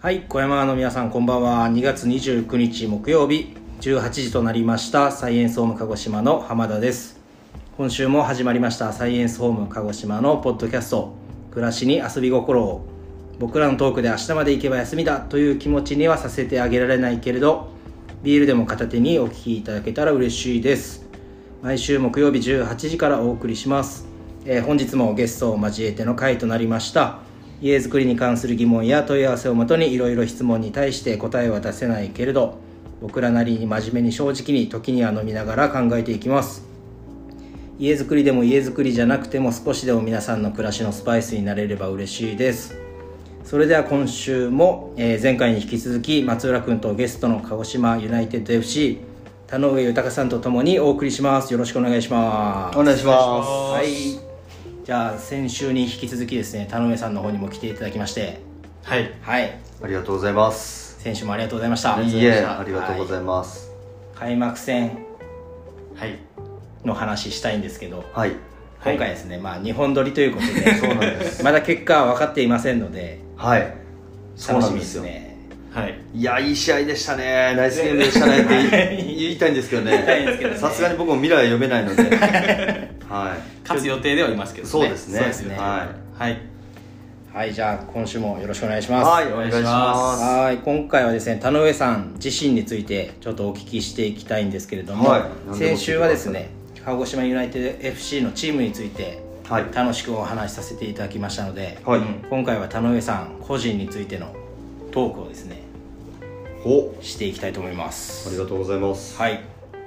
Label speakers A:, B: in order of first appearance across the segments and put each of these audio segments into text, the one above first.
A: はい小山の皆さんこんばんは2月29日木曜日18時となりましたサイエンスホーム鹿児島の浜田です今週も始まりましたサイエンスホーム鹿児島のポッドキャスト暮らしに遊び心を僕らのトークで明日まで行けば休みだという気持ちにはさせてあげられないけれどビールでも片手にお聞きいただけたら嬉しいです毎週木曜日18時からお送りします、えー本日もゲストを交えての回となりました家づくりに関する疑問や問い合わせをもとにいろいろ質問に対して答えは出せないけれど僕らなりに真面目に正直に時には飲みながら考えていきます家づくりでも家づくりじゃなくても少しでも皆さんの暮らしのスパイスになれれば嬉しいですそれでは今週も、えー前回に引き続き松浦君とゲストの鹿児島ユナイテッド FC 田上豊さんとともにお送りしますよろしくお願いします
B: お願いします
A: はいじゃあ先週に引き続きですね田上さんの方にも来ていただきまして
C: はい
A: はい
B: ありがとうございます
A: 先週もありがとうございました
B: いいえありがとうござ
A: はい
B: ます
A: い開幕戦
C: はい
A: の話したいんですけど
B: は
C: は
B: い、
C: い
A: 今回ですね、まあ、2本撮りということで
B: そうなんです
A: まだ結果は分かっていませんので
B: はい
A: 楽しみですね
C: はい
B: いやいい試合でしたねナイスゲームでしたねって言い言いたいんですけど
A: 言いたいんですけど
B: ね
A: ね
B: さすがに僕も未来は読めないのでは
C: 勝つ予定ではいますけど
B: い
C: ね
B: そうですね
A: そうですね
B: はい
C: はい
A: はいじゃあ今週もよろしくお願いします
B: はいお
C: お
B: 願
C: 願
B: い
C: い
B: し
C: し
B: ま
C: ますす
A: はい今回はですね田上さん自身についてちょっとお聞きしていきたいんですけれども、
B: はい何でも聞いてください
A: 先週はですね鹿児島ユナイテッド FC のチームについて
B: はい
A: 楽しくお話しさせていただきましたので、
B: はい
A: うん今回は田上さん個人についてのトークをですね
B: お
A: していきたいと思いま
B: あ
A: す
B: りがとうございます
A: はい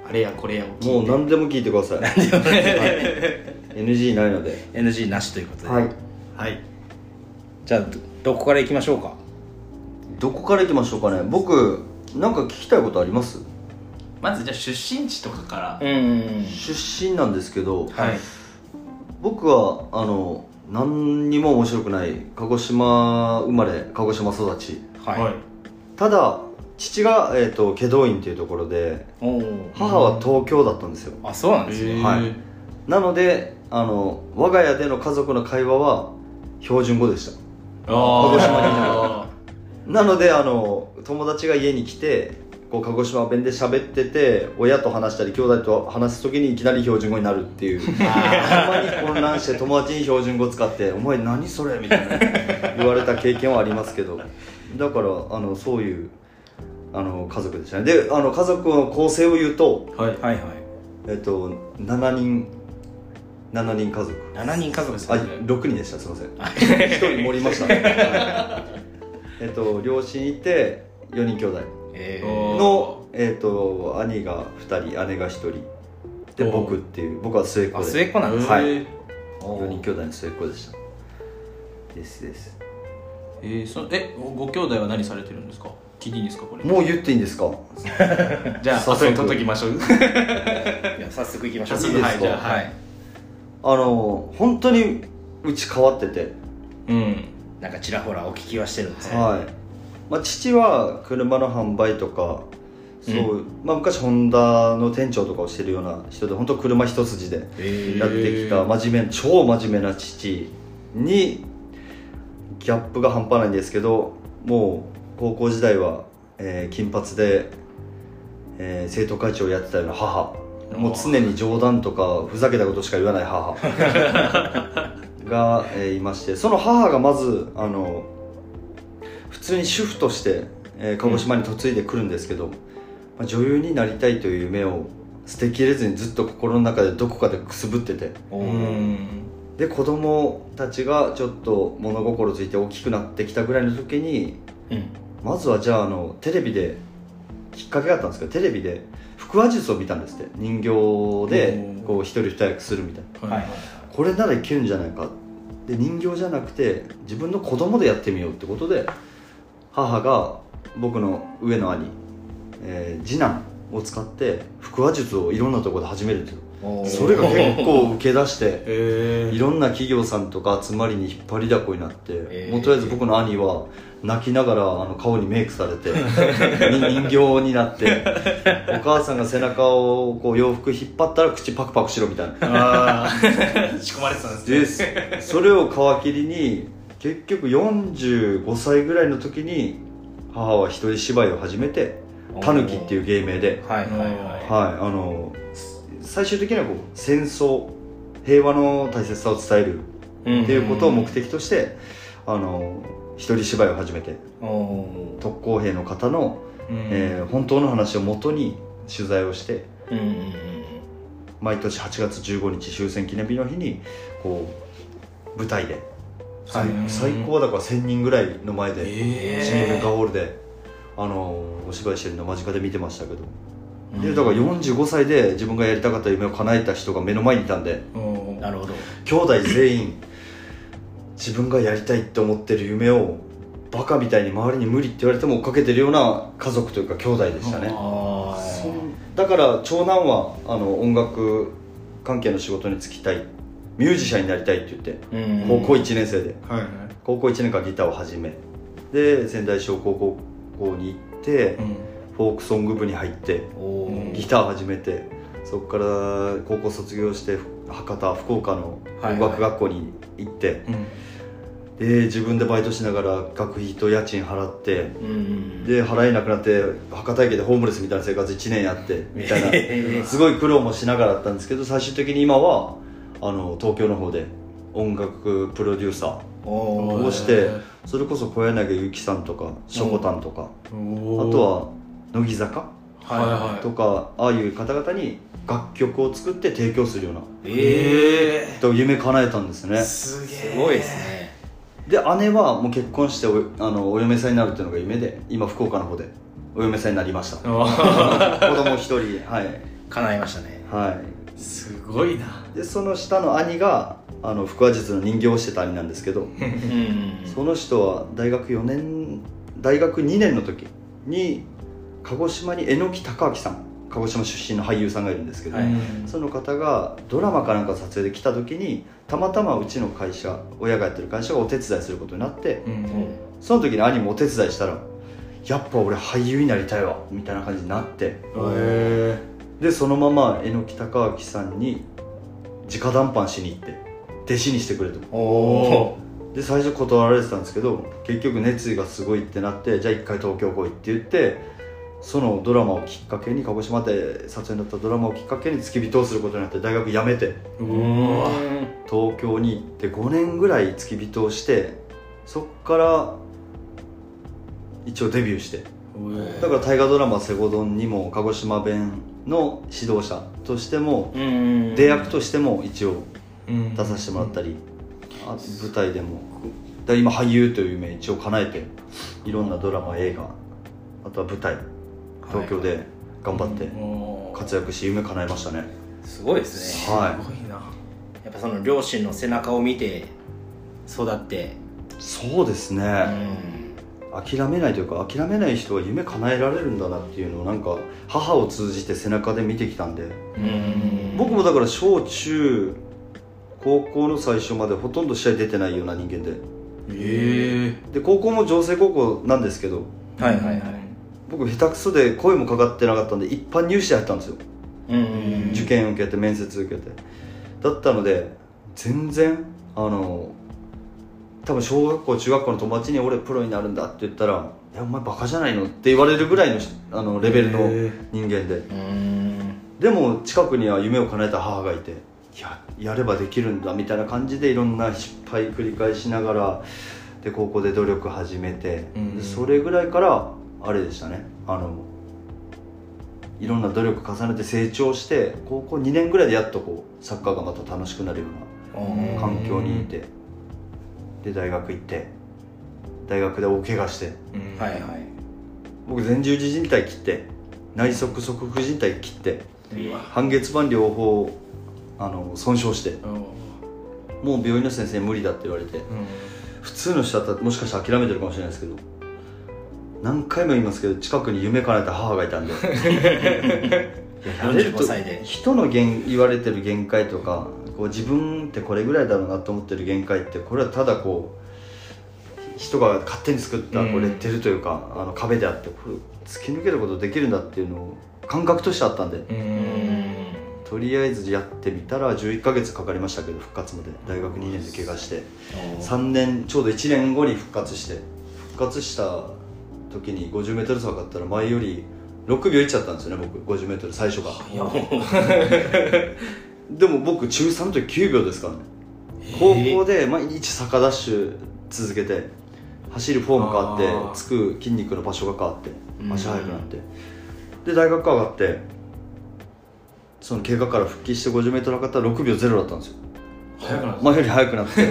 C: あれやこれやを聞いて
B: もう何でも聞いてください NG ないので
A: NG なしということで、
C: はい
A: じゃあどどこからいきましょうか
B: どこからいきましょうかね僕なんか聞きたいことあります
C: まずじゃあ出身地とかから
A: ん
B: 出身なんですけど、
A: はい
B: 僕はあの何にも面白くない鹿児島生まれ鹿児島育ち
A: はい、
B: ただ父が、えー、と祁答院というところで
A: おお
B: 母は東京だったんですよ、
A: あそうなん
C: へ
A: ですね、
C: ー
B: はいなのであの我が家での家族の会話は標準語でした
C: あ
B: 鹿児島にいた
C: あ
B: なのであの友達が家に来てこう鹿児島弁で喋ってて親と話したり兄弟と話す時にいきなり標準語になるっていうたまに混乱して友達に標準語使って「お前何それ」みたいな言われた経験はありますけどだからあのそういうあの家族でしたねであの家族の構成を言うと、
C: はい
A: はいはい
B: えっと、7人7人家族
A: 7人家族です
B: あ
A: ね
B: 6人でしたすいません1人盛りましたね、はいえっと両親いて4人兄弟
A: え
C: お
B: の、えっと兄が2人姉が1人で
C: おー
B: 僕っていう僕は末っ
A: ー、あ
B: 子
A: 末っ
B: で
A: 子なんですね
B: はい
C: へー
A: お
B: 4人
A: ー
B: 兄弟の末っ子でしたですです
C: えーそえごご兄弟は何されてるんですか聞いていいんですかこれ
B: もう言っていいんですか
C: じゃあ
B: 早速
C: 後に取っときましょう
A: いや早速いきましょう
C: 早
B: 速
A: はい
B: いい
A: じ
B: です
A: ゃ
B: か
A: あはい
B: あの本当にうち変わってて
C: うん
A: なんかちらほらお聞きはしてるんですね
B: はい、まあ、父は車の販売とかそう、まあ、昔ホンダの店長とかをしてるような人で本当車一筋で
A: え
B: やってきた真面目超真面目な父にギャップが半端ないんですけどもう高校時代は、えー金髪で、えー生徒会長をやってたような母もう常に冗談とかふざけたことしか言わない母が、えーいましてその母がまずあの普通に主婦として、えー鹿児島に嫁いでくるんですけど、まあ、女優になりたいという夢を捨てきれずにずっと心の中でどこかでくすぶってて
A: お
C: う
A: お
C: ん
B: で子供たちがちょっと物心ついて大きくなってきたぐらいの時に
A: うん
B: まずはじゃああのテレビできっかけがあったんですけどテレビで腹話術を見たんですって人形で
C: おー
B: こう一人二役するみたいな
A: はい
B: これならいけるんじゃないかで人形じゃなくて自分の子供でやってみようってことで母が僕の上の兄、えー次男を使って腹話術をいろんなところで始めるんですよ
A: おー
B: それが結構受け出して
C: え
B: いろんな企業さんとか集まりに引っ張りだこになって、
A: えー
B: もうとりあえず僕の兄は泣きながらあの顔にメイクさ れて人形になってお母さんが背中をこう洋服引っ張ったら口パクパクしろみたいな
C: ああ 仕込まれてたんですね
B: ですそれを皮切りに結局45歳ぐらいの時に母は一人芝居を始めてタヌキっていう芸名で、
A: はいはい
B: はい、
A: は
B: あのす最終的にはこう戦争平和の大切さを伝える
A: いうん
B: っていうことを目的として、あの一人芝居を始めて
A: おー
B: 特攻兵の方の、
C: うん
B: えー本当の話をもとに取材をして
A: うんうん
B: 毎年8月15日終戦記念日の日にこう舞台で最
C: はい
B: 最高はだから1000人ぐらいの前で
C: えー
B: 新文化ホールで、あのお芝居してるの間近で見てましたけど、
A: うん
B: でだから45歳で自分がやりたかった夢を叶えた人が目の前にいたんで
A: うんなるほど
B: 兄弟全員自分がやりたいって思ってる夢をバカみたいに周りに無理って言われても追っかけてるような家族というか兄弟でしたね
A: あ
B: そんだから長男はあの音楽関係の仕事に就きたいミュージシャンになりたいって言って
A: うん
B: 高校1年生で
C: はい
B: 高校1年間ギターを始めで仙台商工高校に行ってフォークソング部に入って
A: おー
B: ギター始めてそこから高校卒業して博多福岡の
A: はい
B: 音楽学校に行って、
C: うん
B: で自分でバイトしながら学費と家賃払って
A: うんうん
B: で払えなくなって博多駅でホームレスみたいな生活1年やってみたい なすごい苦労もしながらだったんですけど最終的に今はあの東京の方で音楽プロデューサ
A: お
B: ー
A: ー
B: をしてそれこそ小柳ゆきさんとかしょこたんとか、あとは乃木坂
C: はいはい
B: とかああいう方々に楽曲を作って提供するような
A: ええ
B: と夢叶えたんですね
C: すげ
A: すごいですね
B: で姉はもう結婚しておあのお嫁さんになるっていうのが夢で今福岡の方でお嫁さんになりました子供一人はい
A: 叶いましたね
B: は
C: すごいない
B: でその下の兄があの腹話術の人形をしてた兄なんですけど
A: うん
B: その人は大学4年大学2年の時に鹿児島に榎木隆明さん鹿児島出身の俳優さんがいるんですけど、
A: はい
B: その方がドラマかなんか撮影で来た時にたまたまうちの会社親がやってる会社がお手伝いすることになって
C: うん
B: その時に兄もお手伝いしたらやっぱ俺俳優になりたいわみたいな感じになって
C: え
B: でそのまま榎木隆明さんに直談判しに行って弟子にしてくれと
A: おお
B: で最初断られてたんですけど結局熱意がすごいってなってじゃあ一回東京来いって言ってそのドラマをきっかけに鹿児島で撮影になったドラマをきっかけに付き人をすることになって大学辞めて
C: う
A: うん
C: わ
B: 東京に行って5年ぐらい付き人をしてそっから一応デビューしてだから大河ドラマ「セゴドン」にも鹿児島弁の指導者としても
A: うん
B: 出役としても一応
C: うん
B: 出させてもらったり、あと舞台でもだから今俳優という夢一応叶えていろんなドラマ映画あとは舞台東京で頑張って
C: おー
B: 活躍して夢叶えましたね、
A: すごいですね
B: はい
C: すごいな
A: やっぱその両親の背中を見て育って
B: そうですね、
A: うん
B: 諦めないというか諦めない人は夢叶えられるんだなっていうのをなんか母を通じて背中で見てきたんで
A: うん
B: 僕もだから小中高校の最初までほとんど試合出てないような人間で
C: え
B: で高校も情勢高校なんですけど
C: え
A: はいはいはい
B: 僕下手くそで声もかかってなかったんで一般入試で入ったんですよ
A: うん
B: 受験受けて面接受けてだったので全然あの多分小学校中学校の友達に「俺プロになるんだ」って言ったら「いやお前バカじゃないの?」って言われるぐらいのあのレベルの
C: へ
B: 人間で
A: うん
B: でも近くには夢を叶えた母がいていややればできるんだみたいな感じでいろんな失敗繰り返しながらで高校で努力始めて、
C: うん
B: でそれぐらいからあれでしたねあのいろんな努力重ねて成長して高校2年ぐらいでやっとこうサッカーがまた楽しくなるよ
A: お
B: う
A: ー
B: な環境にいてで大学行って大学で大怪我して
C: うん
A: はいはい
B: 僕前十字靭帯切って内側側副靭帯切って
A: うわ
B: 半月板両方あの損傷して
C: おー
B: もう病院の先生に無理だって言われて
C: うん
B: 普通の人だったらもしかしたら諦めてるかもしれないですけど何回も言いますけど近くに夢叶えた母がいたんでいややれると
A: 45歳で
B: 人の限言われてる限界とかこう自分ってこれぐらいだろうなと思ってる限界ってこれはただこう人が勝手に作ったこ
C: う
B: うんレッテルというか、あの壁であってこれ突き抜けることできるんだっていうのを感覚としてあったんで
C: う
A: うんん
B: とりあえずやってみたら11ヶ月かかりましたけど復活まで大学2年で怪我して
A: おー
B: 3年ちょうど1年後に復活して復活した時に 50m 走測ったら前より6秒いっちゃったんですよね僕 50m 最初が
C: や
B: でも僕中3の時9秒ですからね高校で毎日坂ダッシュ続けて走るフォーム変わ
C: あ
B: っ
C: ー
B: てつく筋肉の場所が変わって
A: うん
B: 足速くなってで大学上がってその計画から復帰して 50m 測ったら6秒0だったんですよ
C: 早くなった
B: 前より速くなって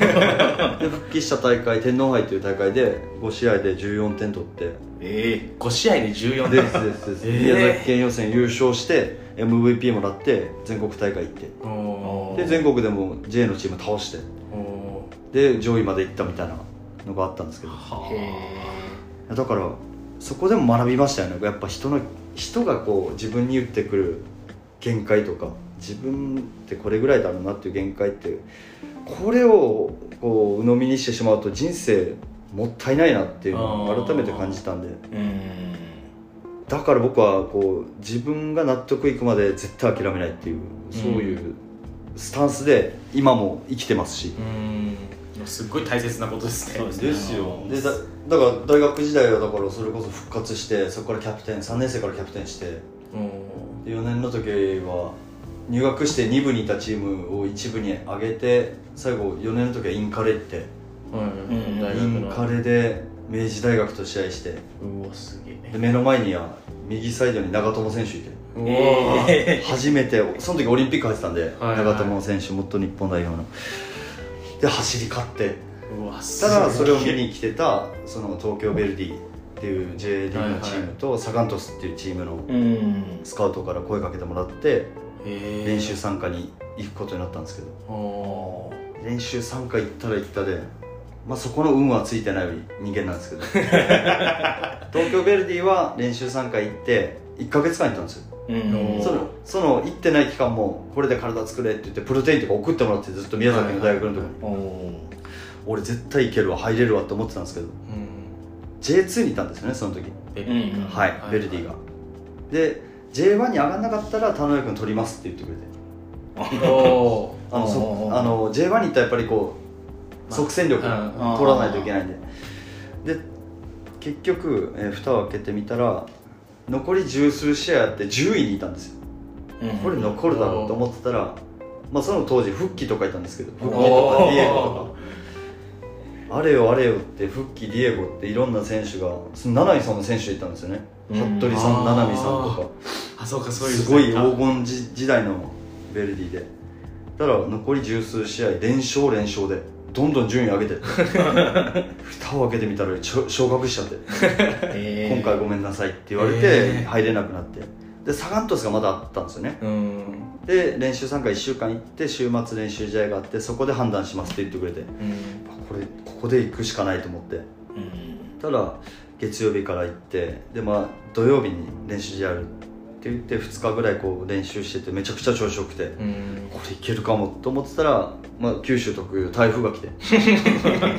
B: で復帰した大会天皇杯という大会で5試合で14点取って
A: え
C: 5試合で14
B: で
C: です
B: すですです、
C: えー
B: 宮崎県予選優勝して MVP もらって全国大会行って
C: おー
B: で全国でも J のチーム倒して
C: お
B: で上位まで行ったみたいなのがあったんですけど
A: え
C: ー
B: だからそこでも学びましたよねやっぱ人の人がこう自分に言ってくる限界とか自分ってこれぐらいだろうなっていう限界ってこれをこう鵜呑みにしてしまうと人生もったいないなっていうの
C: あー
B: を改めて感じたんで
A: うん
B: だから僕はこう自分が納得いくまで絶対諦めないっていうそういうスタンスで今も生きてますし
C: うーんでもすっごい大切なことですね
A: そうですねですよ
B: でだだから大学時代はだからそれこそ復活してそこからキャプテン3年生からキャプテンして
C: おー
B: で4年の時は入学して2部にいたチームを1部に上げて最後4年の時はインカレ行って
C: はい
A: うん
C: 大
B: イ
C: 学
B: ン
C: の
B: カレで明治大学と試合して
C: うわすげ
B: で
C: え
B: 目の前には右サイドに長友選手いて
C: うわ
A: え
B: 初めてその時オリンピック入ってたんで、
C: はいはい
B: 長友選手元日本代表ので走り勝って
C: うわす
B: た
C: げえ
B: だそれを見に来てたその東京ヴェルディっていう J リーグのチームとサガントスっていうチームの
A: うん
B: スカウトから声かけてもらって
C: えー
B: 練習参加に行くことになったんですけど
C: お
B: 練習参加行ったら行ったで、まあ、そこの運はついてない人間なんですけど東京ヴェルディは練習参加行って1ヶ月間行ったんですよ
A: うん
B: そのその行ってない期間もこれで体作れって言ってプロテインとか送ってもらってずっと宮崎の大学の時に、
A: お
B: 俺絶対行けるわ入れるわって思ってたんですけど
C: ーうん
B: J2 にいたんですよねその時
C: ベルディが
B: はい、ヴェルディがで J1 に上がんなかったら田上君取りますって言ってくれて
C: お
B: あ
A: おうおう
B: の
A: お
B: そうあの J1 に行ったらやっぱりこう
C: まあ
B: 即戦力取
C: うん
B: らないといけないんでで結局、えー蓋を開けてみたら残り十数試合あって10位にいたんですよこれ残るだろうと思ってたら、まあ、その当時復帰とかいたんですけど復帰と
C: お
B: か
C: ー
B: ディエゴとかあれよあれよって復帰ディエゴっていろんな選手がその七海さんの選手がいたんですよね、
A: うん
B: 服部さん
C: あー
B: 七海さんとか
C: あそうかそういう
B: すごい黄金時時代のベルディでだから残り十数試合連勝連勝でどんどん順位上げてって蓋を開けてみたらちょ昇格しちゃって今
A: 今
B: 回ごめんなさいって言われ
C: え
B: て
C: ー
B: 入れなくなってでサガントスがまだあったんですよね
C: うん
B: で練習参加1週間行って週末練習試合があってそこで判断しますって言ってくれて
C: うん
B: あこれここで行くしかないと思ってたら月曜日から行ってでまあ土曜日に練習試合あるって言って2日ぐらいこう練習しててめちゃくちゃ調子よくて、
C: うん
B: これいけるかもと思ってたら、まあ、九州特有の台風が 来て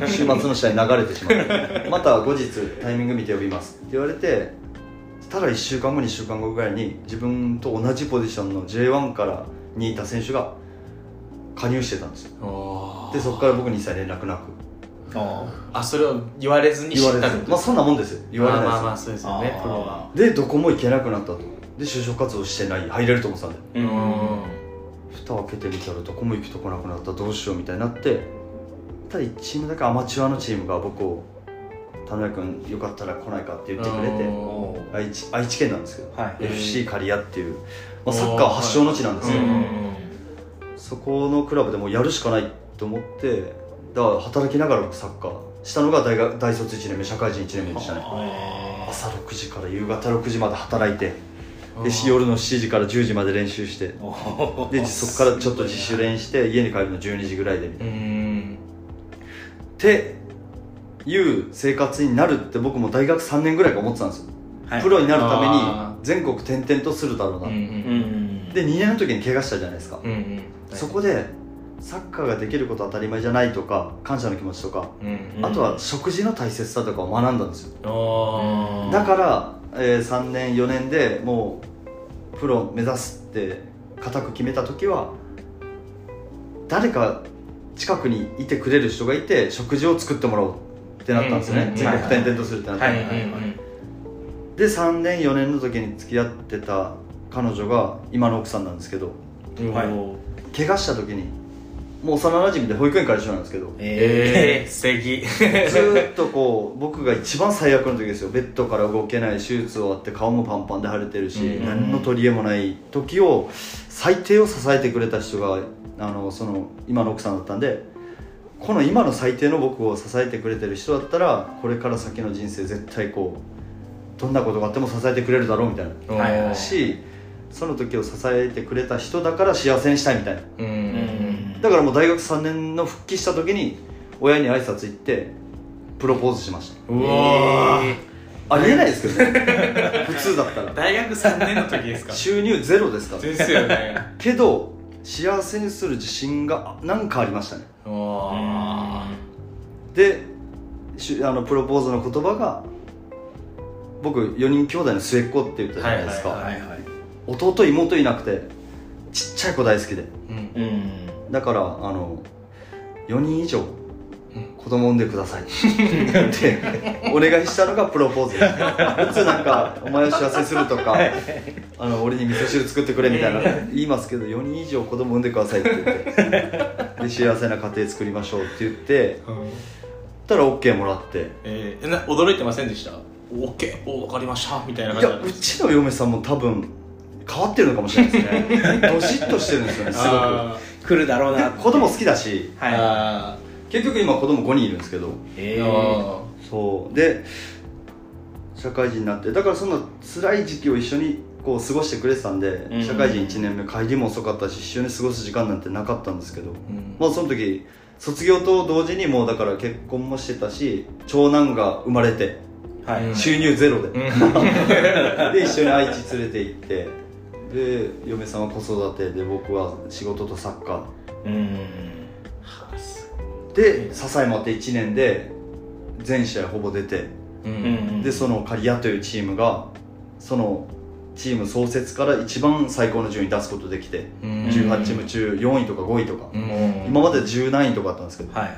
B: 週末の試合流れてしまってまた後日タイミング見て呼びますって言われてただ1週間後2週間後ぐらいに自分と同じポジションの J1 からにいた選手が加入してたんですよ
C: おー
B: でそこから僕に一切連絡なく
A: あ
C: あそれを言われずに知
B: 言わ
C: っ
B: れ
C: た
B: ずまあそんなもんですよ言われないです
C: ま
B: よ
C: あまあそうですよね
A: あー
C: プロは
B: でどこも行けなくなったとで就職活動してない入れると思ってたん
A: う
B: で蓋開けてみたらどこも行くとこなくなったどうしようみたいになってただ1チームだけアマチュアのチームが僕を「田辺君よかったら来ないか」って言ってくれて
A: おー
B: 愛知愛知県なんですけど、
A: はい
B: FC 刈谷っていう、ま
C: お
B: あ、
C: ー
B: サッカー発祥の地なんです
C: う
B: よ、
A: はい
C: ん
B: そこのクラブでもうやるしかないと思ってだから働きながらサッカーしたのが大学大卒1年目社会人1年目でしたね
A: あ
B: 朝6時から夕方6時まで働いて
C: うん
B: で夜の7時から10時まで練習して
A: ーおー
B: でそこからちょっと自主練して家に帰るの12時ぐらいでみたいな
C: うん
B: っていう生活になるって僕も大学3年ぐらいから思ってたんですよ、
A: はい
B: プロになるため
C: あ
B: に全国転々とするだろう
C: う
B: な、
A: うんん
B: で2年の時に怪我したじゃないですか、
C: うんうん
B: そこでサッカーができること当たり前じゃないとか感謝の気持ちとか、
C: うん
A: ん
B: あとは食事の大切さとかを学んだんですよ、
C: あー
B: だから、え3年4年でもうプロ目指すって固く決めた時は誰か近くにいてくれる人がいて食事を作ってもらおうってなったんですよね、
C: うんうんうん
B: 全国転々とするってなったんで
A: はいはいはい
C: うん
B: で3年4年の時に付き合ってた彼女が今の奥さんなんですけど
A: はい
C: おー
B: 怪我した時にもう幼馴染で保育園から一緒なんですけど
A: ええー、素 敵
B: ずーっとこう僕が一番最悪の時ですよベッドから動けない手術終わって顔もパンパンで腫れてるし、
C: うん
B: 何の取り柄もない時を最低を支えてくれた人があのその今の奥さんだったんでこの今の最低の僕を支えてくれてる人だったらこれから先の人生絶対こうどんなことがあっても支えてくれるだろうみたいな
A: はいはい
B: しその時を支えてくれた人だから幸せにしたいみたいな
C: うん
A: うん
B: だからもう大学3年の復帰した時に親に挨拶行ってプロポーズしました
C: うわー
B: ありえないですけどね 普通だったら
D: 大学3年の時で すか
B: 収入ゼロですから
D: ですよね
B: けど幸せにする自信があなんかありましたね
C: うわ
B: でしあのプロポーズの言葉が僕4人兄弟の末っ子って言ったじゃないですか、
A: はいはい
B: 弟妹いなくてちっちゃい子大好き
C: ー
B: で
C: うん
A: うん
B: だからあの4人以上子供産んでくださいってお願いしたのがプロポーズです普通なんかお前を幸せにするとかあの俺に味噌汁作ってくれみたいな言いますけど4人以上子供産んでくださいって言ってで幸せな家庭作りましょうって言ってたら OK もらって
C: えー、な驚いてませんでしたオッケーお分かりましたみたいない感じ
B: や
C: だったん
B: う
C: です
B: ちの嫁さんも多分変わってるのかもしれないです ねどしっとしてるんですよねすごく
C: あ
A: 来るだろうな
B: で子供好きだし
C: ー
A: はい
C: あ
B: 結局今子供5人いるんですけど
A: え
C: ー
A: ー、
C: あ
B: そうで社会人になってだからそんな辛い時期を一緒にこう過ごしてくれてたんで、
A: ん
B: 社会人1年目帰りも遅かったし一緒に過ごす時間なんてなかったんですけど、
C: うん
B: まあその時卒業と同時にもうだから結婚もしてたし長男が生まれて
A: はい、
C: うん
B: 収入ゼロで、
C: うん
B: で一緒に愛知連れて行ってで嫁さんは子育てで僕は仕事とサッカー
A: うん
B: で支えもあって1年で全試合ほぼ出て
C: う
A: うんん
B: でその刈谷というチームがそのチーム創設から一番最高の順位出すことできて
C: うん
B: 18チーム中4位とか5位とか、
C: うん
B: 今まで10何位とかあったんですけど、
A: はいはい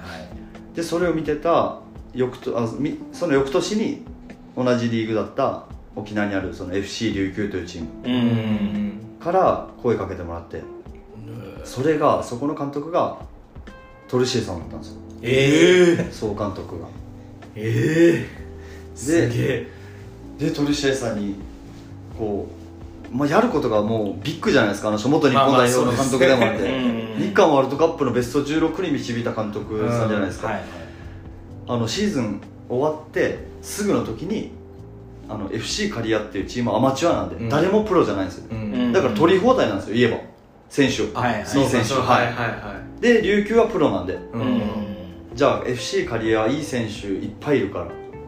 B: でそれを見てた翌とあみその翌年に同じリーグだった沖縄にあるその FC 琉球というチーム
A: う
C: うんん
B: から声かけてもらってそれがそこの監督がトルシエさんだったんですよ
A: ええ
B: 総監督が
A: ええ
B: です
A: げえ
B: でトルシエさんにこう、まあ、やることがもうビッグじゃないですかあの人元日本代表の監督でもあっ
A: まあま
B: て、
A: あそうですね
B: 日韓ワールドカップのベスト16に導いた監督さんじゃないですか、
A: はいはい
B: あのシーズン終わってすぐの時にあの FC 刈谷っていうチームはアマチュアなんで、
C: うん
B: 誰もプロじゃないんですよ、
C: うん
B: だから取り放題なんですよ言えば選手を、
A: はいはい
B: いい選手はい
D: はいは
B: で琉球はプロなんで
C: う
A: うんん
B: じゃあ FC 刈谷はいい選手いっぱいいるから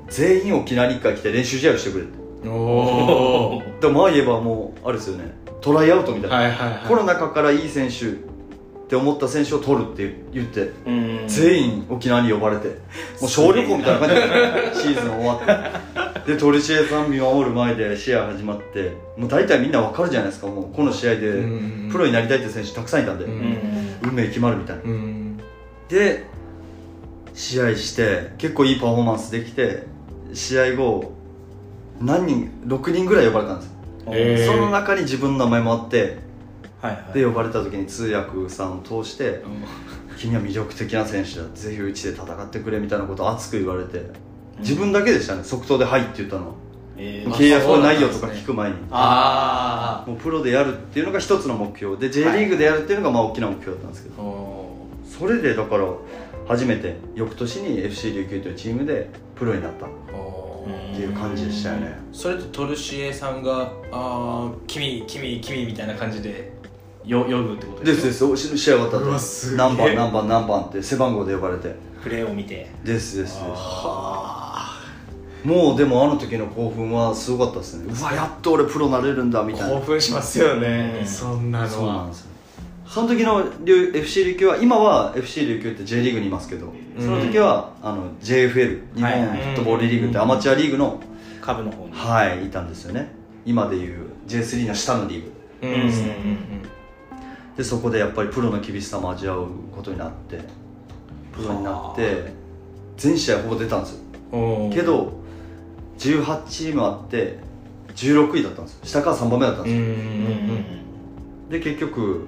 B: 全員沖縄に1回来て練習試合をしてくれって
C: お ー
B: でもまあ言えばもうあれですよねトライアウトみたいな、
D: はいはい
B: この中からいい選手って思った選手を取るって言って、
A: うん
B: 全員沖縄に呼ばれてもう小旅行みたいな感じでシーズン終わ ってでトルシエさん見守る前で試合始まってもう大体みんなわかるじゃないですかもうこの試合で
C: うん
B: プロになりたいって選手たくさんいたんで、
C: うん
A: うん
B: 運命決まるみたいな
C: うん
B: で試合して結構いいパフォーマンスできて試合後何人6人ぐらい呼ばれたんですよ
C: えー
B: その中に自分の名前もあって
A: はいはい
B: で呼ばれた時に通訳さんを通して「君は魅力的な選手だぜひうちで戦ってくれ」みたいなことを熱く言われて自分だけでしたね即答で「はい」って言ったの
A: え
B: 契約はないよとか聞く前に
C: あ
B: もうプロでやるっていうのが一つの目標で J リーグでやるっていうのがまあ大きな目標だったんですけど
C: あお
B: それでだから初めて翌年に FC 琉球というチームでプロになったっ
C: ーお
A: うん
C: ー
B: ていう感じでしたよね
C: それとトルシエさんが「あー君君君」みたいな感じでよ呼ぶってこと
B: で
C: ですす
B: で
C: ね
B: すお試合終わった
C: うわ
B: 後
C: すげえ
B: 何番何番何番って背番号で呼ばれて
A: プレーを見て
B: ですですです
C: は
B: もうでもあの時の興奮はすごかったですねうわやっと俺プロなれるんだみたいな
D: 興奮しますよね、
A: うん
D: そんな
B: そ
D: の
B: うなん
D: は
B: ですよその時の琉 FC 琉球は今は FC 琉球って J リーグにいますけどその時は、あの JFL 日本
A: はい
B: フットボールリーグってアマチュアリーグの
A: 株の方に
B: はいいたんですよね今でいう J3 の下のリーグ
C: うん
A: うん
C: うんうん
B: でそこでやっぱりプロの厳しさも味わうことになってプロになって全試合ほぼ出たんですよ
C: うんおー
B: けど18チームあって16位だったんですよ下から3番目だったん
C: う
B: ですよ、
A: うんうん
C: ん
B: で結局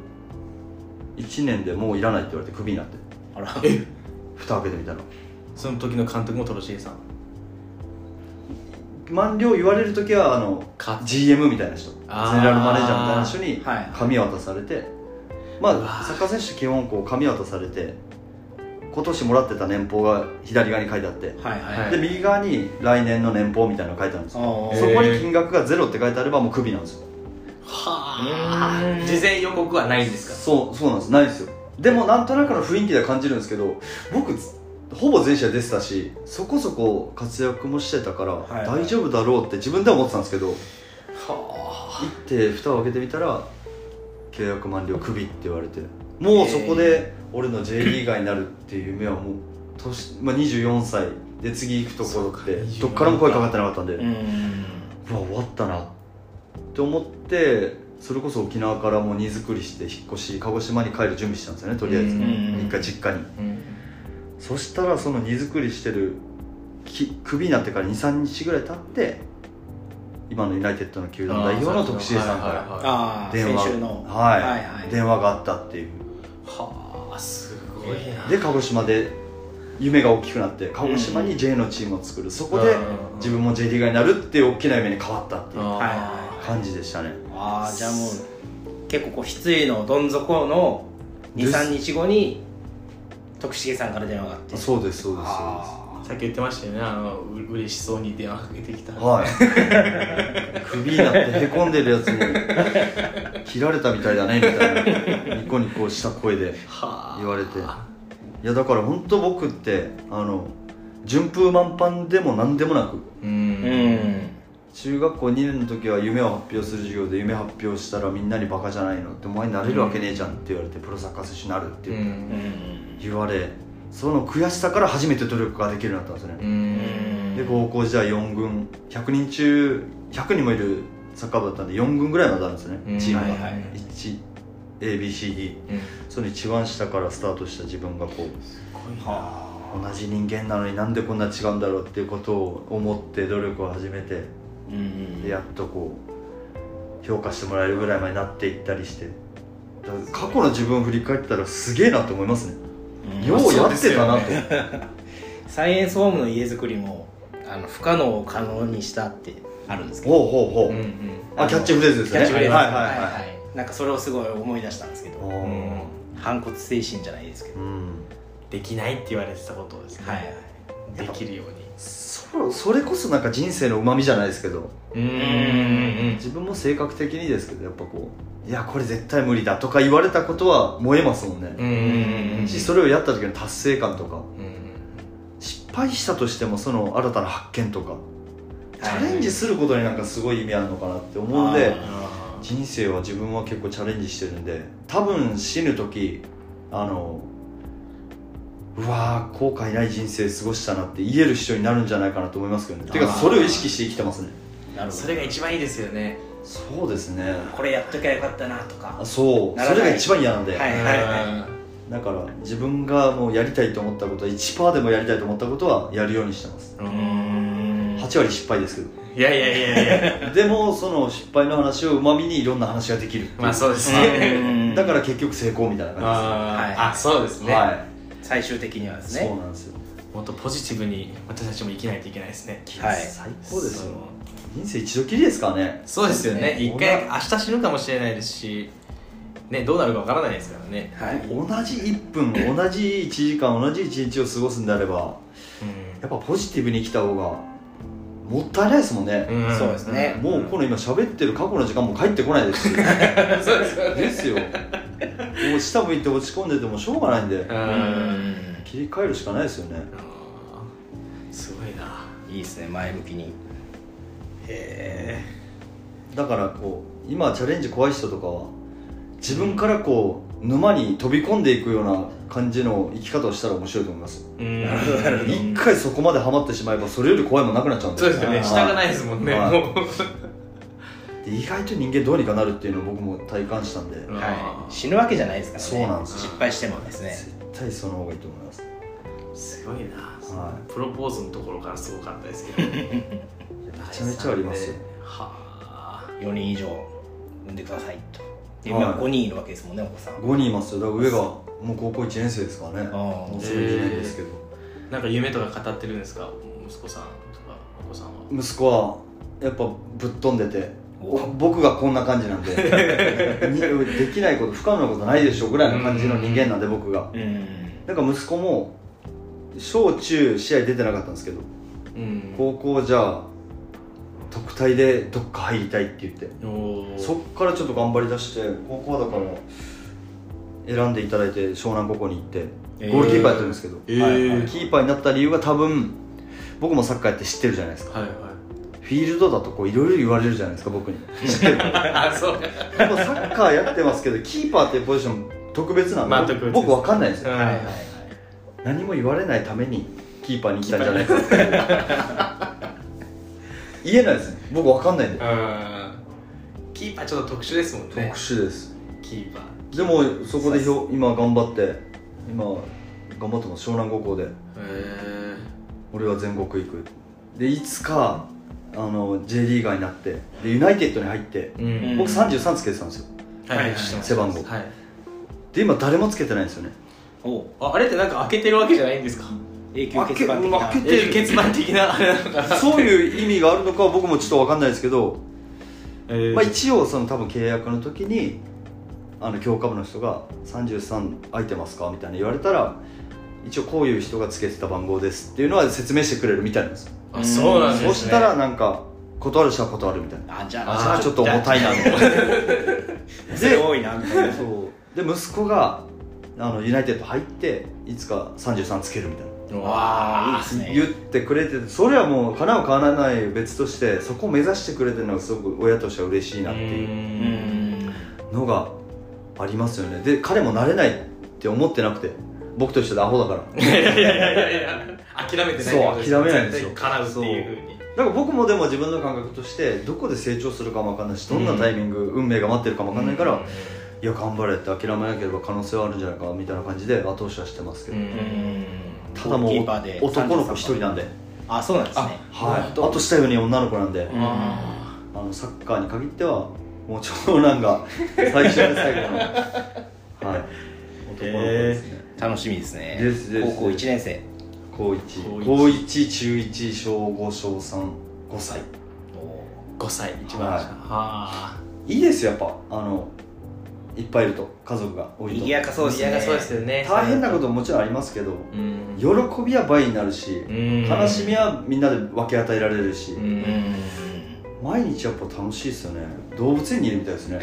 B: 1年でもういらないって言われてクビになって
A: あら
B: 蓋開けてみたら
C: その時の監督もトロシエさん
B: 満了言われる時はあの
C: か
B: GM みたいな人ゼネ
C: あー
B: ラルマネージャーみたいな人に
A: はい
B: 紙渡されて、
C: うわ
B: まあ
C: ー
B: サッカー選手基本こう紙渡されて今年もらってた年俸が左側に書いてあって、
A: はいはい
C: はい
B: で右側に来年の年俸みたいなのが書いてあるんですよ
A: おー
B: そこに金額がゼロって書いてあればもうクビなんですよ
C: はあ事前予告はないんですか
B: そうそうなんですないんですよでもなんとなくの雰囲気では感じるんですけど僕ほぼ全試合出てたしそこそこ活躍もしてたから、
A: はい
B: 大丈夫だろうって自分では思ってたんですけど行って蓋を開けてみたら契約満了クビって言われてもうそこで俺の J リーガーになるっていう夢はもう年、まあ、24歳で次行くところって
C: そうか
B: どっからも声かかってなかったんで、
A: うん
B: うわ終わったなって思ってそれこそ沖縄からもう荷造りして引っ越し鹿児島に帰る準備したんですよねとりあえず
C: うん
A: うん
B: 一回実家に
C: うん
B: そしたらその荷造りしてるきクビになってから23日ぐらい経って今のユナイテッドの球団代表の徳重さんか
C: はいはい
B: ら
C: は
A: ああ
B: 電話
A: 先週の
B: はい
A: はいはい
B: 電話があったっていう
C: いはあすごいな
B: で鹿児島で夢が大きくなって鹿児島に J のチームを作るそこで
C: うん
B: 自分も J リーガーになるっていう大きな夢に変わったっていう
C: あ
A: はいは
B: 感じでしたね
A: いああじゃあもう結構こう失意のどん底の23日後に徳重さんから電話があって
B: そうですそうですそうです
A: あ
C: さっき言ってましたよねあのう嬉しそうに電話かけてきた
B: はい首になってへこんでるやつに切られたみたいだねみたいなニコニコした声で
C: はあ
B: 言われていやだから本当僕ってあの順風満帆でも何でもなく
C: うん
A: ーうん
B: 中学校2年の時は夢を発表する授業で夢発表したらみんなにバカじゃないのってお前になれるわけねえじゃんって言われてプロサッカー選手になるって
C: う
B: 言って
A: うんん
B: 言われその悔しさから初めて努力ができるようになったんですよね
C: うん
B: で高校時代4軍100人中100人もいるサッカー部だったんで4軍ぐらいまであるんですよ
C: うん
B: ねチームが、
A: はいはい
B: 1ABCD
C: うん
B: その一番下からスタートした自分がこう
C: すごいな
A: は
B: 同じ人間なのになんでこんな違うんだろうっていうことを思って努力を始めて
A: あうん
B: でやっとこう評価してもらえるぐらいまでなっていったりしてだから過去の自分を振り返ったらすげえなと思いますね、
A: うん
B: ようやってたな
D: そう
B: と、
D: で
A: サイエンスホームの家づくりもあの不可能を可能にしたってあるんですけど
B: ほうほうほう、
C: うんうん
B: あキャッチフレーズです
A: キャ
B: ね
A: ッチフレーズ
B: はいはいはい、はい
A: なんかそれをすごい思い出したんですけど
B: うん
A: 反骨精神じゃないですけど
B: うん
C: できないって言われてたことをですね、
A: はいはい
C: できるように
B: そそれこそなんか人生のうまみじゃないですけど
C: うん
A: ん
B: 自分も性格的にですけどやっぱこういやこれ絶対無理だとか言われたことは燃えますもん
C: うんう
B: ね、
C: んうんうん
B: しそれをやった時の達成感とか
C: うん
B: 失敗したとしてもその新たな発見とかチ
A: はい
B: ャレンジすることになんかすごい意味あるのかなって思うんで
A: あ
C: あ
B: 人生は自分は結構チャレンジしてるんで多分死ぬ時あのうわー後悔ない人生過ごしたなって言える人になるんじゃないかなと思いますけどねていうかそれを意識して生きてますね
A: なる
C: ー
A: ほど
C: それが一番いいですよね
B: そうですね
A: これやっときゃよかったなとか
B: あそう
A: ならな
B: そ
A: い
B: れが一番嫌なんで、
A: はいはいはい
B: だから自分がもうやりたいと思ったことは1%でもやりたいと思ったことはやるようにしてます
C: うん
B: 8割失敗ですけど
C: いやいやいやいや
B: でもその失敗の話をうまみにいろんな話ができるって いう
C: まあそうです
A: う
C: ね
A: ん
B: だから結局成功みたいな感
C: あ
A: はい
C: ーあそうです
B: じ
C: ね、
B: ですは
A: 最終的にはで
B: い
A: す
B: そう
A: ね
B: なんですよ
C: もっとポジティブに私たちも生きないといけないですね
A: はい
B: 最高ですよ人生一度きりですからね
C: そうですよね
B: そうですね
C: 一回明日死ぬかもしれないですしねどうなるかわからないですからね
A: はい
B: 同じ1分 同じ1時間同じ1日を過ごすんであればやっぱポジティブに生きた方がもったいないですもんね、
C: ん
A: そうですね
B: もうこの今喋ってる過去の時間も帰ってこないですし
C: そうですよね
B: ですよもう下向いて落ち込んでてもしょうがないんで
C: う
A: うんん
B: 切り替えるしかないですよね
C: あーすごいない
A: いですね前向きに
C: へ
B: だからこう今チャレンジ怖い人とかは自分からこう沼に飛び込んでいくような感じの生き方をしたら面白いと思います
C: えうん
B: 一回そこまでハマってしまえばそれより怖いもんなくなっちゃうんで
C: そうですよね
B: はい
C: 下がないですもんね
B: はい
C: もう
B: で意外と人間どうにかなるっていうのを僕も体感したんで、
C: うん
A: はい死ぬわけじゃないですからね
B: そうなんですよ
A: 失敗してもですね
B: 絶対その方がいいと思います
C: すごいな
B: は
C: プロポーズのところからすごかったですけどめ
B: めちゃめちゃありますよ
C: は
A: 4人以上産んでくださいとで今
B: はい
A: 5人いるわけですもんねお子さん
B: 5人いますよだから上がもう高校1年生ですからね
A: あー
B: もうすぐ2年ですけど、
D: なんか夢とか語ってるんですか息子さんとかお子さんは
B: 息子はやっぱぶっ飛んでて
A: お
B: 僕がこんな感じなんでにできないこと不可能なことないでしょぐらいの感じの人間なんで僕が
A: うん
B: だから息子も小中試合出てなかったんですけど
D: うん
B: 高校じゃあ特待でどっか入りたいって言って
D: おー
B: そっからちょっと頑張りだして高校だから選んでいただいて湘南高校に行って
A: えー
B: ゴールキーパーやってるんですけど、
D: えー
A: はいは
B: キーパーになった理由が多分僕もサッカーやって知ってるじゃないですか
D: はいはい
B: フィールドだとこういろいろ言われるじゃないですか僕に
D: あそう
B: でもサッカーやってますけどキーパーっていうポジション特別なんで、
D: まあ特別です
B: 僕分かんないんですよ
D: はい
A: はいはい
B: 何も言われないためにキーパーに行ったんじゃないかって 言えないですね僕分かんないんで
D: うんキーパーちょっと特殊ですもんね
B: 特殊です
D: キーパー
B: でもそこでひょ今頑張って今頑張ってます湘南高校で
D: へ
B: 俺は全国行くでいつかあの J リーガーになってでユナイテッドに入って
D: えうん
A: ん
B: 僕33つけてたんですよ
D: はいはい
B: 背番号
D: はい
B: で今誰もつけてないんですよ ね
A: おう
D: ああれってなんか開けてるわけじゃないんですか
A: 永久欠番的
B: あ
A: な
B: け開け
D: 永久欠番 的なあれなのかな
B: そういう意味があるのかは僕もちょっと分かんないですけど、
D: え
B: まあ、一応その多分契約の時にあの強化部の人が「33空いてますか?」みたいな言われたら一応こういう人がつけてた番号ですっていうのは説明してくれるみたいなんですよ
D: あそうなんですね
B: そしたらなんか断る人は断るみたいな
A: あじゃあ
B: ああちょっと重たいなみたいな
A: それ多いなみたいな
B: そうで息子があのユナイテッド入っていつか33つけるみたいな
A: わあいいですね
B: 言ってくれててそれはもう叶う叶わないは別としてそこを目指してくれてるのがすごく親としては嬉しいなってい
A: う
B: う
D: うん
A: ん
B: のがありますよねで彼も慣れないって思ってなくて僕と一緒でアホだから
D: いやいやいやいやいや諦めてないってことです
B: そう諦めないんですよ
D: 絶対叶うっていうふうに
B: だから僕もでも自分の感覚としてどこで成長するかも分かんないしどんなタイミング、運命が待ってるかも分かんないから、いや頑張れって諦めなければ可能性はあるんじゃないかみたいな感じで後押しはしてますけど、
A: うん
B: ただも
A: ゴー
B: う
A: ルキーパーで
B: 男の子一人なんで、
A: あそうなんですね
B: はい、
D: な
B: あ
D: るほど
B: としたように女の子なんで、
A: うん
D: あ
B: あのサッカーに限ってはもう長男が最初で 最後のはい男の子ですね、
A: 楽しみですね
B: ですです
A: 高校1年生
B: 高1
D: 高
B: 高一中1小5小35歳
D: ー5歳一
B: は
D: 番
B: い
D: 下はい
B: いですよやっぱあのいっぱいいると家族が多い
A: 賑
B: と
A: やかそうですね
D: 賑やかそうですよね
B: 大変なことももちろんありますけど
D: うん
B: 喜びは倍になるし
D: うん
B: 悲しみはみんなで分け与えられるし、
A: う
D: う
A: んん
B: 毎日やっぱ楽しいですよね動物園にいるみたいですね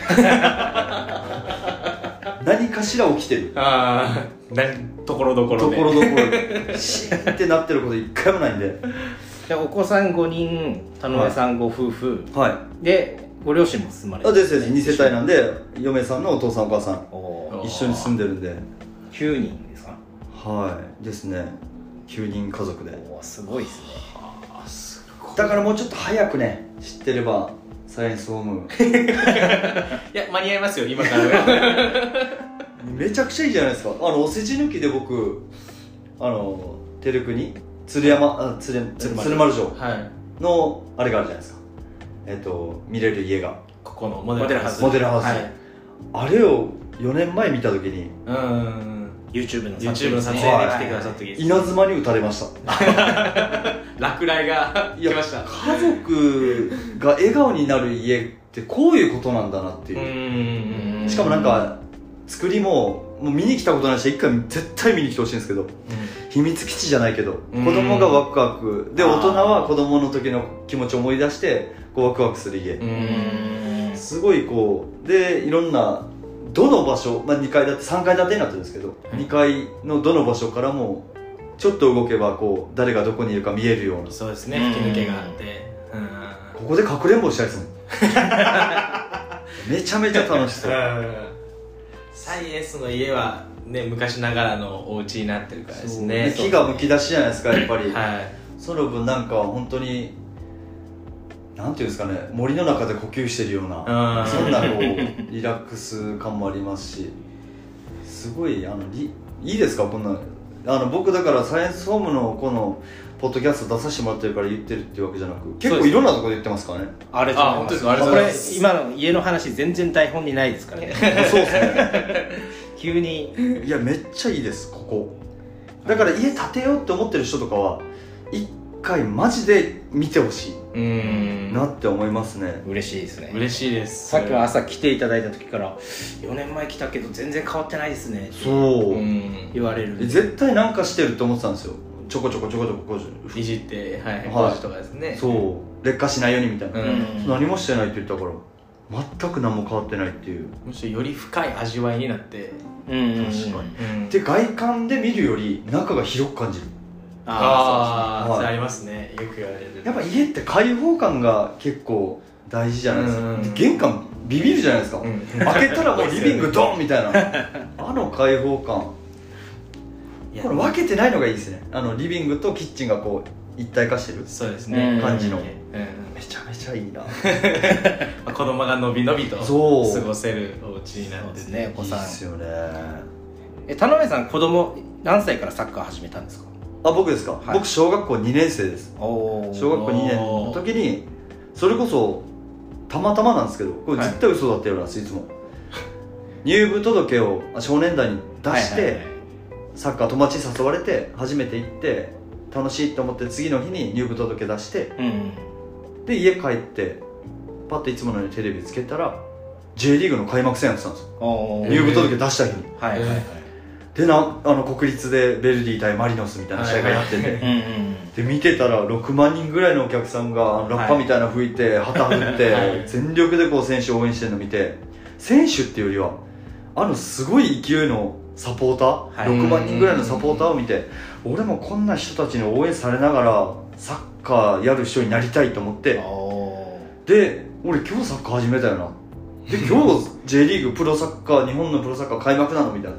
B: 何かしら起きてる
D: ああ何ところどころ
B: と
D: で
B: ころどころシーンってなってること一回もないんで
A: じゃあお子さん5人田上さんご夫婦
B: はい
A: でご両親も住まれ
B: あ
A: て
B: ですです2世帯なんで嫁さんのお父さんお母さん
A: おお
D: あー
B: 一緒に住んでるんで
A: 9人ですか
B: はいですね9人家族で
A: おおすごいですね
D: あすごい
B: だからもうちょっと早くね知ってればサイエンスホーム
D: いや間に合いますよ今から
B: めちゃくちゃいいじゃないですかあのお世辞抜きで僕あのテルクに鶴山あ鶴鶴
D: 鶴丸
B: 鶴丸城
D: はい
B: のあれがあるじゃないですかえっと見れる家が
D: ここのモデルハウス
B: モデルハウス、
D: はい
B: あれを4年前見た時に
D: うん
A: YouTube の撮影
D: YouTube の撮影
B: ね
D: で来てくださった時です
B: 稲妻に打たれました
D: 落雷が来ました
B: 家族が笑顔になる家ってこういうことなんだなって
D: う
B: いう、
D: ん
B: しかもなんか作りももう見に来たことないし一回絶対見に来てほしいんですけど秘密基地じゃないけど
D: うん
B: 子供がワクワクで
D: あー
B: 大人は子供の時の気持ちを思い出してこうワクワクする家、
D: うん
A: うん
B: すごいこうでいろんなどの場所、まあ、2階建て3階建てになってるんですけど、
D: うん
B: 2階のどの場所からもちょっと動けばこう誰がどこにいるか見えるような
D: そうですね吹き抜けがあってうん
B: ここでかくれんぼしたいですも んめちゃめちゃ楽しそう
D: サイエンスの家はね昔ながらのお家になってるからですね
B: 木がむき出しじゃないですかやっぱり、
D: はい
B: その分なんか本当になんていうんですかね森の中で呼吸してるような
D: うん
B: そんなこうリラックス感もありますしすごいあのりいいですかこんなあの僕だからサイエンスホームのこのポッドキャスト出させてもらってるから言ってるっていうわけじゃなく結
A: そうで
B: 構
A: す
B: いろんなとこで言ってますからね
A: あれ
C: あ本当ですかありがとうございます
A: これ今の家の話全然台本にないですからね
B: そうですね
A: 急に
B: いやめっちゃいいですここだから家建てようって思ってる人とかは一回マジで見てほしい
C: うん
B: なって思いますね
A: 嬉しいですね
D: 嬉しいです
A: さっきの朝来ていただいた時から4年前来たけど全然変わってないですね
B: そう、
C: うん
A: 言われる
B: 絶対なんかしてるって思ってたんですよちょこちょこちょこちょこ
D: いじってはい
B: はい
D: 工事とかですね
B: そう劣化しないようにみたいな、
A: う
D: うん
A: ん
B: 何もしてないって言ったから全く何も変わってないっていう
D: むしろより深い味わいになって
A: うんうんうん
B: 確かに
D: うん
B: で外観で見るより中が広く感じる
A: あ
D: あ
B: そうですね
D: あそれありますねよく言われる
B: やっぱ家って開放感が結構大事じゃないですか、
D: うんうんうん
B: 玄関ビビるじゃないですか、
D: うん
B: 開けたらもうリビングドンみたいなあの開放感
D: いや
B: これ分けてないのがいいですねあのリビングとキッチンがこう一体化してる
D: そうですね
A: うん
B: 感じの、
A: うん
D: うん
B: めちゃめちゃいいな
D: まあ子供がのびのびと過
B: そう
D: ごせるお家にな
A: そうで
D: って
A: す
D: て
A: ねお子さん
B: いいっすよね
A: え田辺さん子供何歳からサッカー始めたんですか
B: あ僕ですか、
A: はい
B: 僕小学校2年生です
A: おお
B: 小学校2年の時にそれこそたまたまなんですけどこれ絶対嘘だったようなんです、い、つ も入部届をあ少年団に出して、サッカー友達に誘われて初めて行って楽しいと思って次の日に入部届出して
A: うんうん
B: で家帰ってパッといつものようにテレビつけたら J リーグの開幕戦やってたんですよ
A: おお
C: えー
B: 入部届出した日に
A: はいはいはい
B: でなあの国立でベルディ対マリノスみたいな試合がやってて、
A: うんうん
B: で見てたら6万人ぐらいのお客さんがあのラッパみたいなの吹いて、旗振って、
D: はい
B: 全力でこう選手を応援してるの見て選手っていうよりはあのすごい勢いのサポーター、
A: はい
B: 6万人ぐらいのサポーターを見て俺もこんな人たちに応援されながらサッカーやる人になりたいと思って
A: お
B: で俺今日サッカー始めたよなで今日 J リーグプロサッカー日本のプロサッカー開幕なのみたいな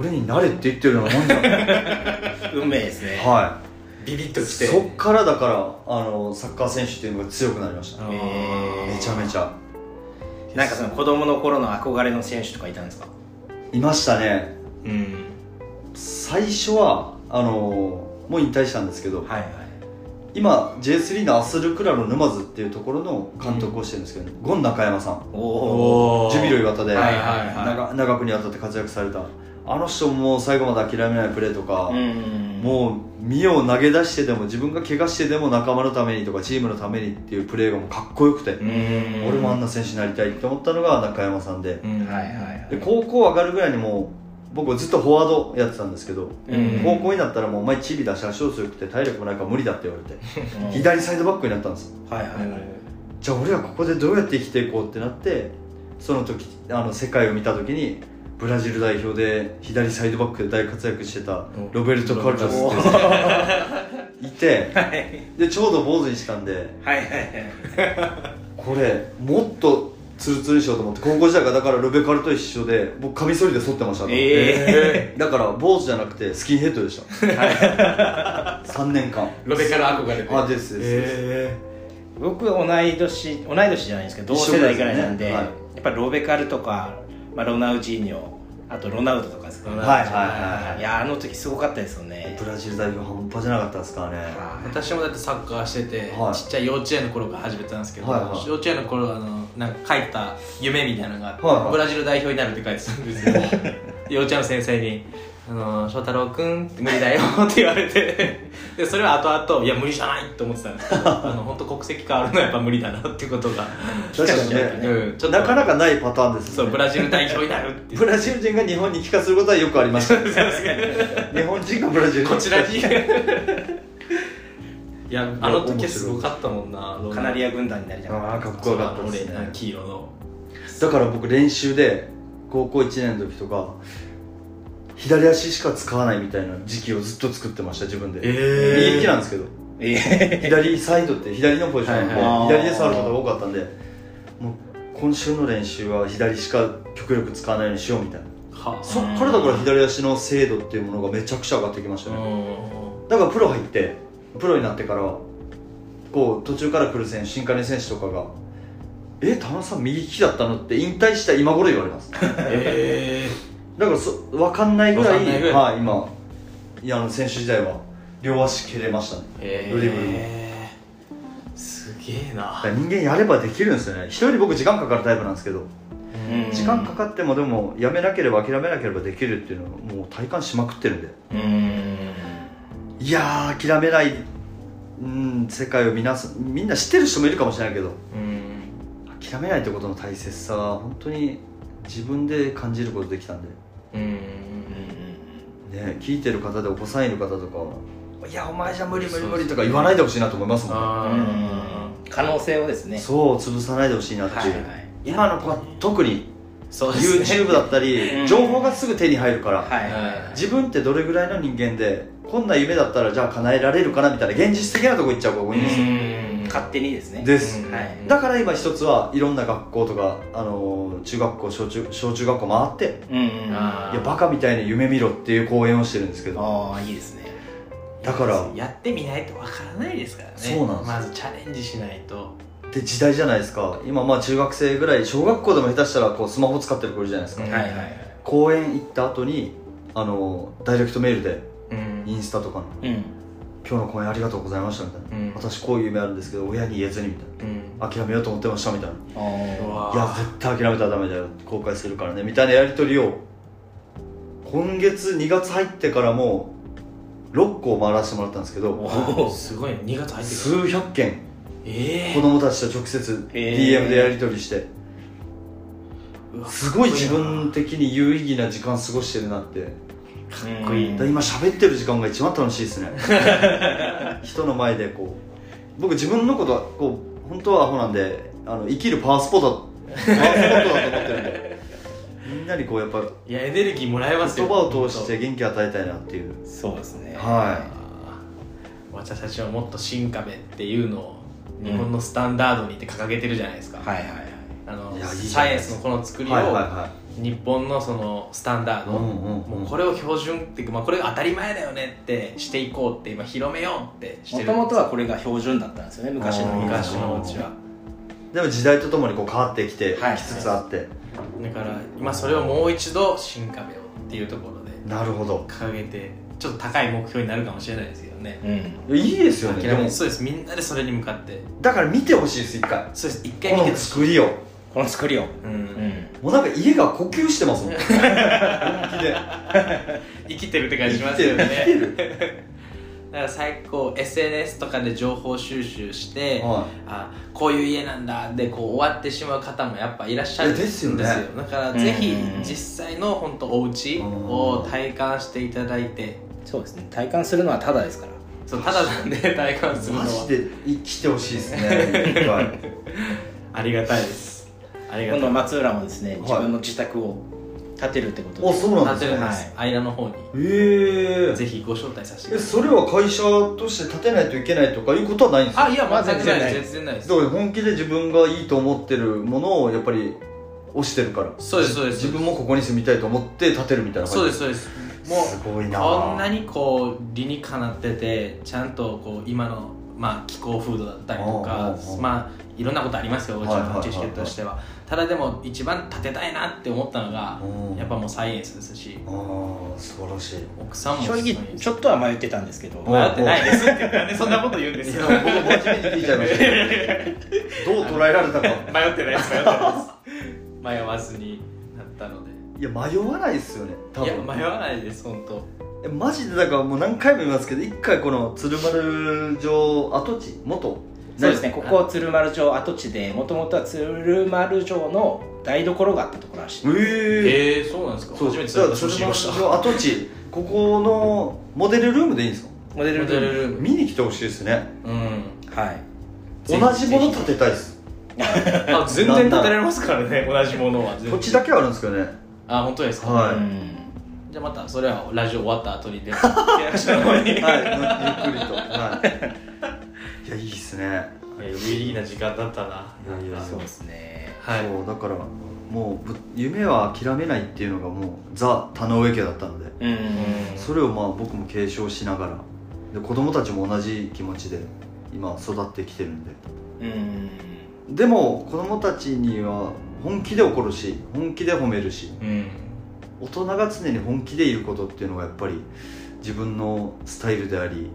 B: 俺になれって言ってるのは何だろう
A: ー運命ですね
B: はい
D: ビビッときて
B: そっからだからあのサッカー選手っていうのが強くなりました
D: あ
B: ね
D: ー
A: え
B: めちゃめちゃ
A: なんかその子供の頃の憧れの選手とかいたんですか
B: いましたね
D: うん
B: 最初はあのもう引退したんですけど、
A: はいはい
B: 今 J3 のアスルクラロ沼津っていうところの監督をしてるんですけど、ゴン中山さん
A: おお
D: おー
B: ジュビロ磐田で、
D: はいはいはい
B: 長長くにわたって活躍されたあの人も最後まで諦めないプレーとか、
A: んう
B: もう身を投げ出してでも自分が怪我してでも仲間のためにとかチームのためにっていうプレーがもうかっこよくて、
A: ん
B: 俺もあんな選手になりたいって思ったのが中山さんで、
D: うん
A: はいはいはい
B: で高校上がるぐらいにもう僕ずっとフォワードやってたんですけど、
A: うん
B: 高校になったらもうお前チビだし足を強くて体力もないから無理だって言われて、
A: うん
B: 左サイドバックになったんです
A: はいはいはい
B: じゃあ俺はここでどうやって生きていこうってなってその時あの世界を見た時にブラジル代表で左サイドバックで大活躍してたロベルト・カルロスっていう人がい てでちょうど坊主にしたんで
A: はいはいはい
B: これもっとツルツルにしようと思って高校時代からだからロベカルと一緒で僕カミソリで剃ってました、
A: ええ
B: だから坊主じゃなくてスキンヘッドでした3年 間
D: ロベから憧れて
B: あですですです、
D: え
A: 僕同い年同い年じゃないんですけど同世代ぐらいなんで
B: 一緒ぐらい
A: や
B: ですね
A: っぱりロベカルとか、まあ、ロナウジーニョあとロナウドとかですかね
D: ロナウ
B: はいはいはいはい
A: いやあの時すごかったですよね
B: ブラジル代表半端じゃなかったですからね
D: ー私もだってサッカーしてて、
B: はい
D: ちっちゃい幼稚園の頃から始めたんですけど、
B: はいはい
D: 幼稚園の頃あのなんか書いた夢みたいなのがあって、
B: はいはい
D: ブラジル代表になるって書いてたんですよ 幼稚園の先生に「あの翔太郎君無理だよ」って言われて でそれは後々「いや無理じゃない」と思ってたんですけどあの本当国籍変わるのはやっぱ無理だなってことが
B: 確かにね
D: うんちょっと
B: なかなかないパターンです
D: そう
B: よ
D: ブ
B: ね
D: ラジル代表になる っていう
B: ブラジル人が日本に帰化することはよくありま したね日本人がブラジルに
D: こちらにいやあの時はすごかったもんな
A: カナリア軍団になりたか
B: ああ
A: った
B: かっこよかったです
D: そうあの
B: ね
D: 俺黄色の
B: だから僕練習で高校1年の時とか左足しか使わないみたいな時期をずっと作ってました自分で、
D: え
B: 右利きなんですけど
A: ええ
B: 左サイドって左のポジションで、
D: はい
A: はい
B: 左で触ることが多かったんでもう今週の練習は左しか極力使わないようにしようみたいな
D: は
B: そっからだから左足の精度っていうものがめちゃくちゃ上がってきましたね
D: う
B: だからプロ入ってプロになってからはこう途中から来る選手新加入選手とかが「え田中さん右利きだったの?」って引退した今頃言われますだ
D: え
B: からそ分かんないぐら
D: わ
B: い
D: かんないぐらい
B: はい今いやあの選手時代は両足蹴れましたね、ドリブルも
D: えー、すげえ
B: だ
D: な
B: から人間やればできるんですよね一人僕時間かかるタイプなんですけど、
A: うん
B: 時間かかってもでもやめなければ諦めなければできるっていうのをもう体感しまくってるんで
A: うん
B: いやー諦めない、うん、世界を皆さんみんな知ってる人もいるかもしれないけど
D: うん
B: 諦めないってことの大切さが本当に自分で感じることできたんで
D: うん
B: ね聞いてる方でお子さんいる方とか「いやお前じゃ無理無理無理」とか言わないでほしいなと思いますもんね
D: あ
A: 可能性をですね
B: そう潰さないでほしいなって、
A: はいいうはい
B: 今の子は特に
D: ーそうですね
B: YouTube だった
A: うん
B: り情報がすぐ手に入るから、
A: はい
D: はい
B: 自分ってどれぐらいの人間でこんな夢だったらじゃあ叶えられるかなみたいな現実的なとこ行っちゃう子が多いんですよ、
D: うん
A: 勝手にですね
B: です、
D: うん
A: はい
B: だから今一つはいろんな学校とか、あのー中学校小中小中学校回って
A: うんうんあ
D: あー
B: いやバカみたいに夢見ろっていう講演をしてるんですけど
A: あいいですね
B: だから
D: やってみないとわからないですからね
B: そうなんですよ
D: まずチャレンジしないと
B: で時代じゃないですか今まあ中学生ぐらい小学校でも下手したらこうスマホ使ってる子いるじゃないですか、
D: う
A: は
D: ん
A: いはいはい
B: 公演行った後にあのーダイレクトメールで
D: うん
B: インスタとかの
A: うん
B: 「今日の公演ありがとうございました」みたいな、
D: うん
B: 私こういう夢あるんですけど親に言えずにみたい
D: うん
B: な諦めようと思ってましたみたいな
A: あー
D: う
B: いや
D: わ
B: 絶対諦めたらダメだよ後悔するからねみたいなやり取りを今月2月入ってからもう6個回らせてもらったんですけど
A: おー
D: すごいね2月入ってから
B: 数百件
D: ええ
B: 子供たちと直接
A: えー
B: DM でやり取りして
D: うわ
B: すごい
D: かっこ
B: 自
D: な
B: 分的に有意義な時間過ごしてるなってだか
D: かっこいい
A: うん
B: ら今喋ってる時間が一番楽しいです ね人の前でこう僕自分のことはこう本当はアホなんであの生きるパワースポットパワースポットだと思ってるんでみんなにこうやっぱ
D: いやエネルギーもらえますよ
B: 言葉を通して元気与えたいなっていう
A: そうですね
B: は
D: 私たちはもっと新壁っていうのを日本のスタンダードにって掲げてるじゃないですか、
A: はいはいはい
D: あの
B: いやいいじゃ
D: サ
B: な
D: イ
B: い
D: エン
B: で
D: ス
B: す
D: のこの作
B: い
D: りを、
B: はいはいは
D: 日本のそのスタンダー
B: い
D: ド、
B: うんうん
D: もう
B: うん
D: これを標準っていうか、まあ、これが当たり前だよねってしていこうって今広めようってし
A: も
D: てる
A: ともとはこれが標準だったんですよね昔の
B: あー
D: 昔のうちは
B: でも時代とともにこう変わってきて
A: はい
B: きつつあって
D: だから今それをもう一度新壁をっていうところで
B: なるほど
D: 掲げてちょっと高い目標になるかもしれないですけどね
A: うん
B: いやいいですよねで
D: 諦
B: も
D: めそうですみんなでそれに向かって
B: だから見てほしいです一回
D: そうです一回
B: こ
D: 見て
B: の
D: ほしい
B: 作りを
A: この作りを
D: う
A: うんん
B: もうなんか家が呼吸してますもん本気で
D: 生きてるって感じしますよねだから最高 SNS とかで情報収集して、
B: は
D: あこういう家なんだでこう終わってしまう方もやっぱいらっしゃるん
B: えですよね
D: だからぜひ
A: うん
D: 実際の本当お家を体感していただいて
A: そうですね体感するのはただですから
D: そうただなんで体感す
B: い
D: るの
B: マジ
D: は
B: で生きてほしいですね一 回
D: ありがたいですあり
A: 今
D: がた
A: 度
D: い
A: 松浦もですね
B: い
A: 自分の自宅を建てるってこと
B: あ
A: で
B: そうなん
D: 立
B: で
D: て
B: す
D: る
B: か
D: んです間の方に
B: え
D: ぜひご招待させて
B: え
D: くださ
B: そ
D: い
B: れは会社として立てないといけないとかいうことはないんですか
D: あいや全くない
A: まあ全然ない
D: です全然ないです
B: だから本気で自分がいいと思ってるものをやっぱり推してるから
D: そうですそうです
B: 自分もここに住みたいと思って建てるみたいな
D: そ
B: 感
D: うで
B: じ
D: すそうですもう
B: すごいな
D: こんなにこう理にかなっててちゃんとこう今の、まあ、気候風土だったりと
B: おう
D: か
B: おうおう
D: まあいろんなことありますようち
B: はいはいはい
D: の
B: はい
D: 知識としてはただでも一番立てたいなって思ったのが
B: うん
D: やっぱもうサイエンスですし
B: あー素晴らしい
D: 奥さんも
A: 正直ちょっとは迷ってたんですけど
B: お
D: 迷ってないですってな んでそんなこと言うんですよ 迷
B: 僕真面目に聞いちゃいました けどどう捉えられたか
D: ってないです迷ってないです迷わずになったので
B: いや迷わないですよね多
D: いや
B: 分
D: 迷わないです本当
B: えマジでだからもう何回も言いますけど一回この鶴丸城跡地元
A: そうですねここ鶴丸城跡地でもともとは鶴丸城の台所があったところらしい
B: ええ
D: ええそうなんですか
B: そう
D: 初めて
B: だ
D: そ
B: か
D: れ
B: ら
D: 知
B: 鶴
D: り
B: 丸
D: ました
B: 城跡地ここのモデルルームでいいんですか
A: モデルル
D: モデル
A: ー
D: ルーム
B: 見に来てほしいですね
D: うん
A: ムはい
B: 同
D: ぜひ
B: じもの建てたいです
D: あ全然立てられますからね同じものは全
B: 土
D: 然
B: 地だけあるんですけどね
D: あ本当ですか、
B: はい
A: うん
D: じゃあまたそれはラジオ終わった後に でも契約書の方
B: はい、
D: に
B: ゆっくりと。はい。いや、いいっすね。い
D: いや有意義な時間だったない
B: や
A: そうですね
D: はい
B: そう、だから、もうぶ、夢は諦めないっていうのが、もう、ザ・田上家だったので。
A: うん
B: それを、まあ、僕も継承しながら。で、子供たちも同じ気持ちで、今育ってきてるんで。
A: うん
B: でも、子供たちには、本気で怒るし、本気で褒めるし。
D: うん
B: 大人が常に本気でいることっていうのが、やっぱり。自分のスタイルであり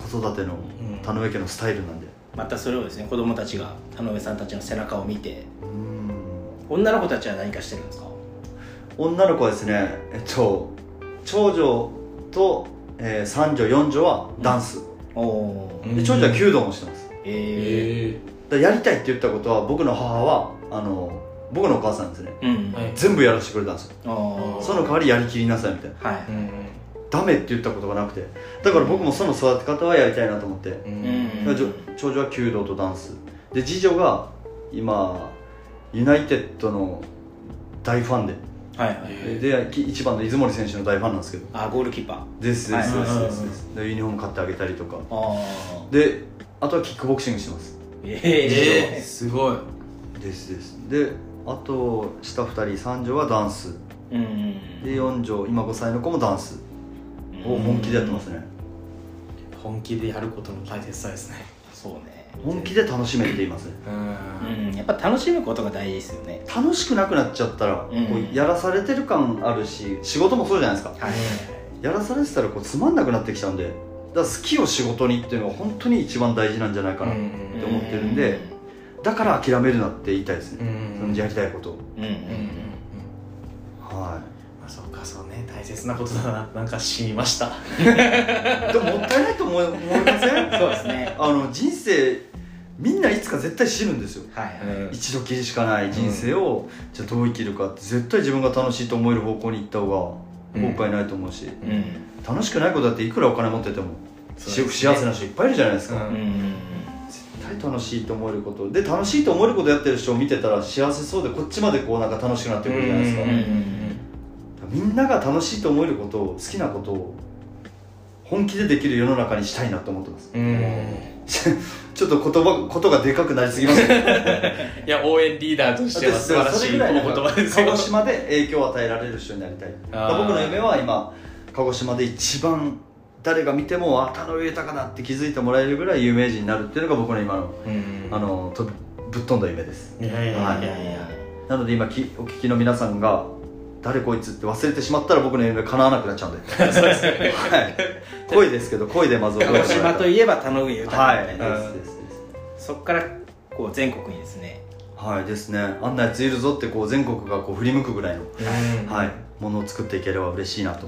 B: 育ての
A: うん
B: 田上家のスタイルなんで
A: またそれをですね子供たちが田上さんたちの背中を見て
B: うん
A: 女の子たちは何かしてるんですか
B: 女の子はですねえっと長女と、えー三女四女はダンス、
A: おおー、
C: うん
B: で長女は弓道もしてますだか
A: え
C: え
B: らやりたいって言ったことは僕の母はあの僕のお母さんですね
A: えうん、
C: ー、はい
B: 全部やらせてくれたんですよ
A: あー
B: その代わりやりきりなさいみたいな
A: はい
C: うん
B: ダメって言ったことがなくてだから僕もその育て方はやりたいなと思って
C: う
A: うんん
B: だからじょ長女は弓道とダンスで次女が今ユナイテッドの大ファンで
A: はいはい
C: え
B: でき一番の出森選手の大ファンなんですけど
A: あゴールキーパー
B: ですです
A: は
B: で
A: い
B: すですですでユニフォーム買ってあげたりとか
A: ああ
B: であとはキックボクシングしてます
A: ええ
C: すごい
B: ですですであと下2人三女はダンス
A: うん
B: で四女今5歳の子もダンスを
A: うん
B: 本気でやってますね
D: 本気でやることの大切さですね
A: そうね
B: 本気で楽しめていますね
D: う
A: うんんやっぱ楽しむことが大事ですよね
B: 楽しくなくなっちゃったらこ
A: うん
B: うやらされてる感あるし仕事もそうじゃないですか
A: はい
B: やらされてたらこうつまんなくなってきちゃうんでだから好きを仕事にっていうのが本当に一番大事なんじゃないかな、
D: うん
B: と思ってるんでだから諦めるなって言いたいです
D: う
B: ね、そ
D: ん
B: のやりたいことを
A: うんうん
D: うんう
B: は
D: んまあそうかそうね大切なことだななんか染みました
B: いでももったいないと思い思いません
A: そうですね
B: あの人生みんないつか絶対死ぬんですよ
A: はいはい、
B: 一度きりしかない人生を、じゃあどう生きるかって絶対自分が楽しいと思える方向に行った方が後悔ないと思うし、
A: うん
B: 楽しくないことだっていくらお金持ってても、
D: そう
B: し
D: で
B: 不
D: すね
B: 幸せな人いっぱいいるじゃないですか、
D: うん
A: うんうん
B: 絶対楽しいと思えることで楽しいと思えることやってる人を見てたら幸せそうでこっちまでこうなんか楽しくなってくるじゃないですか、
D: う
A: うんうんうん
B: みんなが楽しいと思えることを好きなことを本気でできる世の中にしたいなと思ってます
D: うん
B: ちょっと言葉ことがでかくなりすぎますけど
D: いや応援リーダーとしては素晴らしいこの言葉です
B: 鹿
D: よ
B: 児島で影響を与えられる人になりたい
D: あー
B: 僕の夢は今鹿児島で一番誰が見てもあ田上豊だって気づいてもらえるぐらい有名人になるっていうのが僕の今の
D: うん
B: あのとぶっ飛んだ夢です
D: いやいやいやいや
B: なので今きお聞きの皆さんが誰こいつって忘れてしまったら僕の夢叶わなくなっちゃうんでそうですね、 はい、恋ですけど恋でまず
A: 鹿児島と
B: い
A: いえば田上豊み
B: は
A: た
B: いで
A: い
B: す
A: な、
B: ですです
A: そこからこう全国にですね
B: はいですねあんなやついるぞってこう全国がこう振り向くぐらいの、
D: うん
B: はい、ものを作っていければ嬉しいなと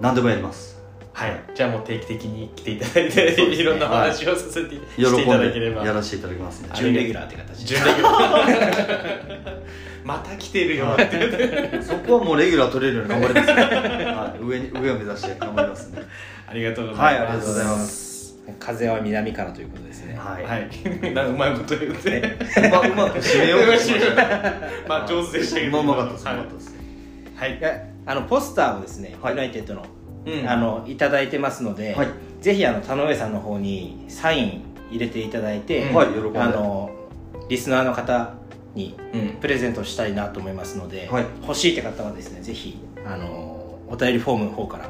B: 何でもやります
D: はいじゃあもう定期的に来ていただいて、
A: そうですね
D: いろんなお話をさせて,、
B: 喜ん
D: していただけれ
B: で
D: ば
B: やらせていただきますね
D: あ
A: 準レギュラーって形で
D: 準レギュラー また来てるよって
B: そこはもうレギュラー取れるように頑張ります、ねはい、上に上を目指して頑張りますね
D: ありがとうご
B: は
D: ざ
B: い
D: い
B: ありがと
D: ま
B: うござい
D: す
B: ます
A: 風は南からということですね
B: はい、
D: はい、なんかうまいこと言って、
B: うまうまく締めようとしました
D: まあ上手でしたけど
B: うまうまかったですうま
D: は
B: か
D: い
B: ったです
D: はい
A: いやあのポスターをですね、
B: はい
A: ユナイテッドの,、
D: うん
A: あのいただいてますので、
B: はい
A: ぜひあの田上さんの方にサイン入れていただいて、
D: うん
B: はい喜んで
A: あのリスナーの方に
D: うん
A: プレゼントしたいなと思いますので、
B: はい
A: 欲しいって方はですねぜひあのお便りフォームの方から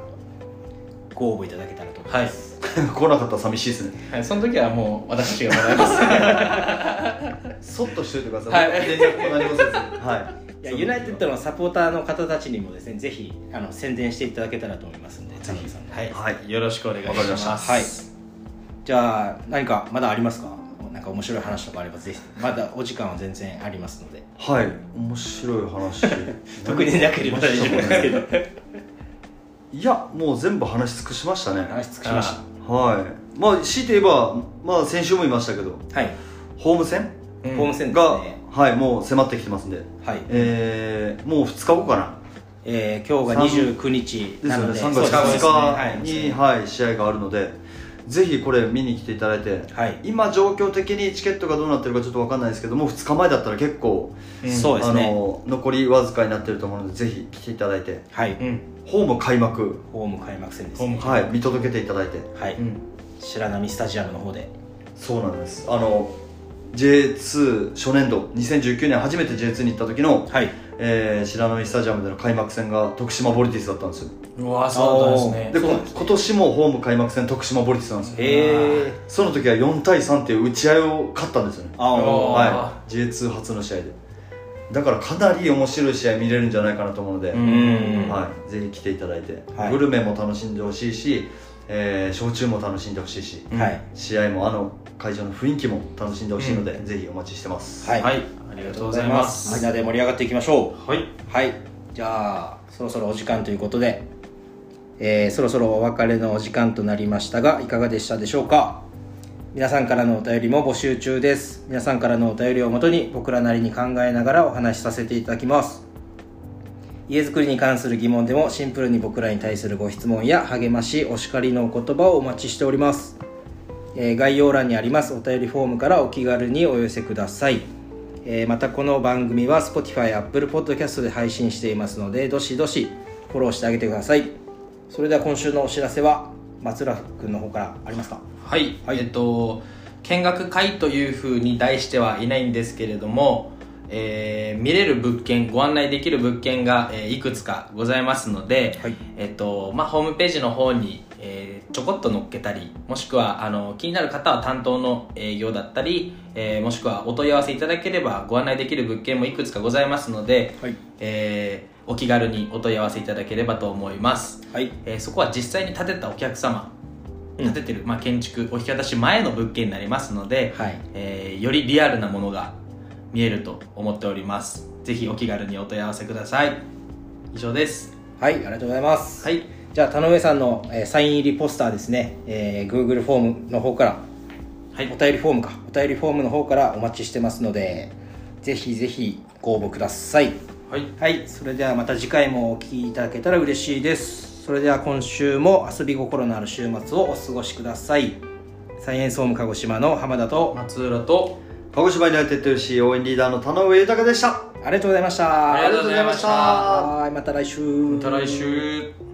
A: ご応募いただけたらと思い
D: は
A: ま
D: い
A: す、
B: 来なかったら寂しいですね
D: はい、その時はもう私が笑います
B: そっとしといてくださ
D: はい
B: い、連絡も何もせずはい
A: いやユナイテッドのサポーターの方たちにもですねぜひあの宣伝していただけたらと思いますので田上さん
D: はい、
B: はい
D: よろしくお願いし
B: わかりま
D: ま
B: し
D: す
B: た
A: はい。じゃあ何かまだありますか？なんか面白い話とかあればぜひ。まだお時間は全然ありますので。
B: はい面白い話
A: 特になければ大丈夫ですけど。
B: いやもう全部話し尽くしましたね
A: 話し尽くしまし
B: はいまあ強いて言えばまあ先週も言いましたけど
A: た。はい。
B: ホーム戦
A: ホ
D: うん
A: ーム戦です
B: が、
A: ね。
B: はいもう迫ってきてますんで
A: はい。
B: えー、もう2日後かな
A: えー、今日が二十九日
B: です
A: な
B: よ
A: の
B: ね
A: で、
B: 3
A: そうで
B: 月
A: すね
B: 2日に、
A: は
B: はい、試合があるのでぜひこれ見に来ていただいて
A: い。はい。
B: 今状況的にチケットがどうなってるかちょっと分かんないですけどもう2日前だったら結構
D: うん
A: そうです
B: あ
A: ね。
B: の残りわずかになってると思うのでぜひ来ていただいて
A: は
D: う
A: い。
D: ん
B: ホーム開幕、
A: ホーム開幕戦です
D: ホー
A: ね。
D: ム。
B: はい、見届けていただいて
A: はいう
D: ん
A: 白波スタジアムの方で。
B: そうなんですあの J2 初年度2019年初めて J2 に行った時の、
A: はい。
B: えー、白波スタジアムでの開幕戦が徳島ボルティスだったんですよ
D: うわそうなんで
B: です
D: ね
B: こ今年もホーム開幕戦徳島ボルティスなんですよ
A: えー。
B: その時は4対3っていう打ち合いを勝ったんですよね
A: あ
D: お
A: あ。
D: ー
B: はい J2 初の試合でだからかなり面白い試合見れるんじゃないかなと思うので、
D: うん
B: はい、ぜひ来ていただいて、
A: はい
B: グルメも楽しんでほしいしえー焼酎も楽しんでほしいし、
A: はい
B: 試合もあの会場の雰囲気も楽しんでほしいので、ぜひお待ちしてます、
A: はい、
D: はい、ありがとうございます。
A: みんなで盛り上がっていきましょ
D: はい、
A: うはいじゃあそろそろお時間ということで、えーそろそろお別れのお時間となりましたがいかがでしたでしょうか皆さんからのお便りも募集中です皆さんからのお便りをもとに僕らなりに考えながらお話しさせていただきます家づくりに関する疑問でもシンプルに僕らに対するご質問や励ましお叱りのお言葉をお待ちしております、えー概要欄にありますお便りフォームからお気軽にお寄せください、えーまたこの番組は Spotify、Apple Podcast で配信していますのでどしどしフォローしてあげてくださいそれでは今週のお知らせは松浦君の方からありますか
D: はい、えっと見学会というふうに題してはいないんですけれども、えー見れる物件ご案内できる物件が、えーいくつかございますので、
A: はい
D: えっとまあ、ホームページの方に、えーちょこっと載っけたりもしくはあの気になる方は担当の営業だったり、えーもしくはお問い合わせいただければご案内できる物件もいくつかございますので、
A: はい
D: えーお気軽にお問い合わせいただければと思います。
A: はい
D: えーそこは実際に建てたお客様
A: うん
D: 建ててる、まあ、建築お引き渡し前の物件になりますので、
A: はい
D: えーよりリアルなものが見えると思っておりますぜひお気軽にお問い合わせください以上です
A: はいありがとうございます
D: はい
A: じゃあ田上さんの、えーサイン入りポスターですね、えー Google フォームの方から
D: はい
A: お便りフォームかお便りフォームの方からお待ちしてますのでぜひぜひご応募ください
D: はい
A: はいそれではまた次回もお聞きいただけたら嬉しいですそれでは今週も遊び心のある週末をお過ごしくださいサイエンスホーム鹿児島の浜田と
D: 松浦と
B: 鹿児島にラテッド FC 応援リーダーの田上豊でした
A: ありがとうございました
D: ありがとうございました
A: はいまた来週
D: また来週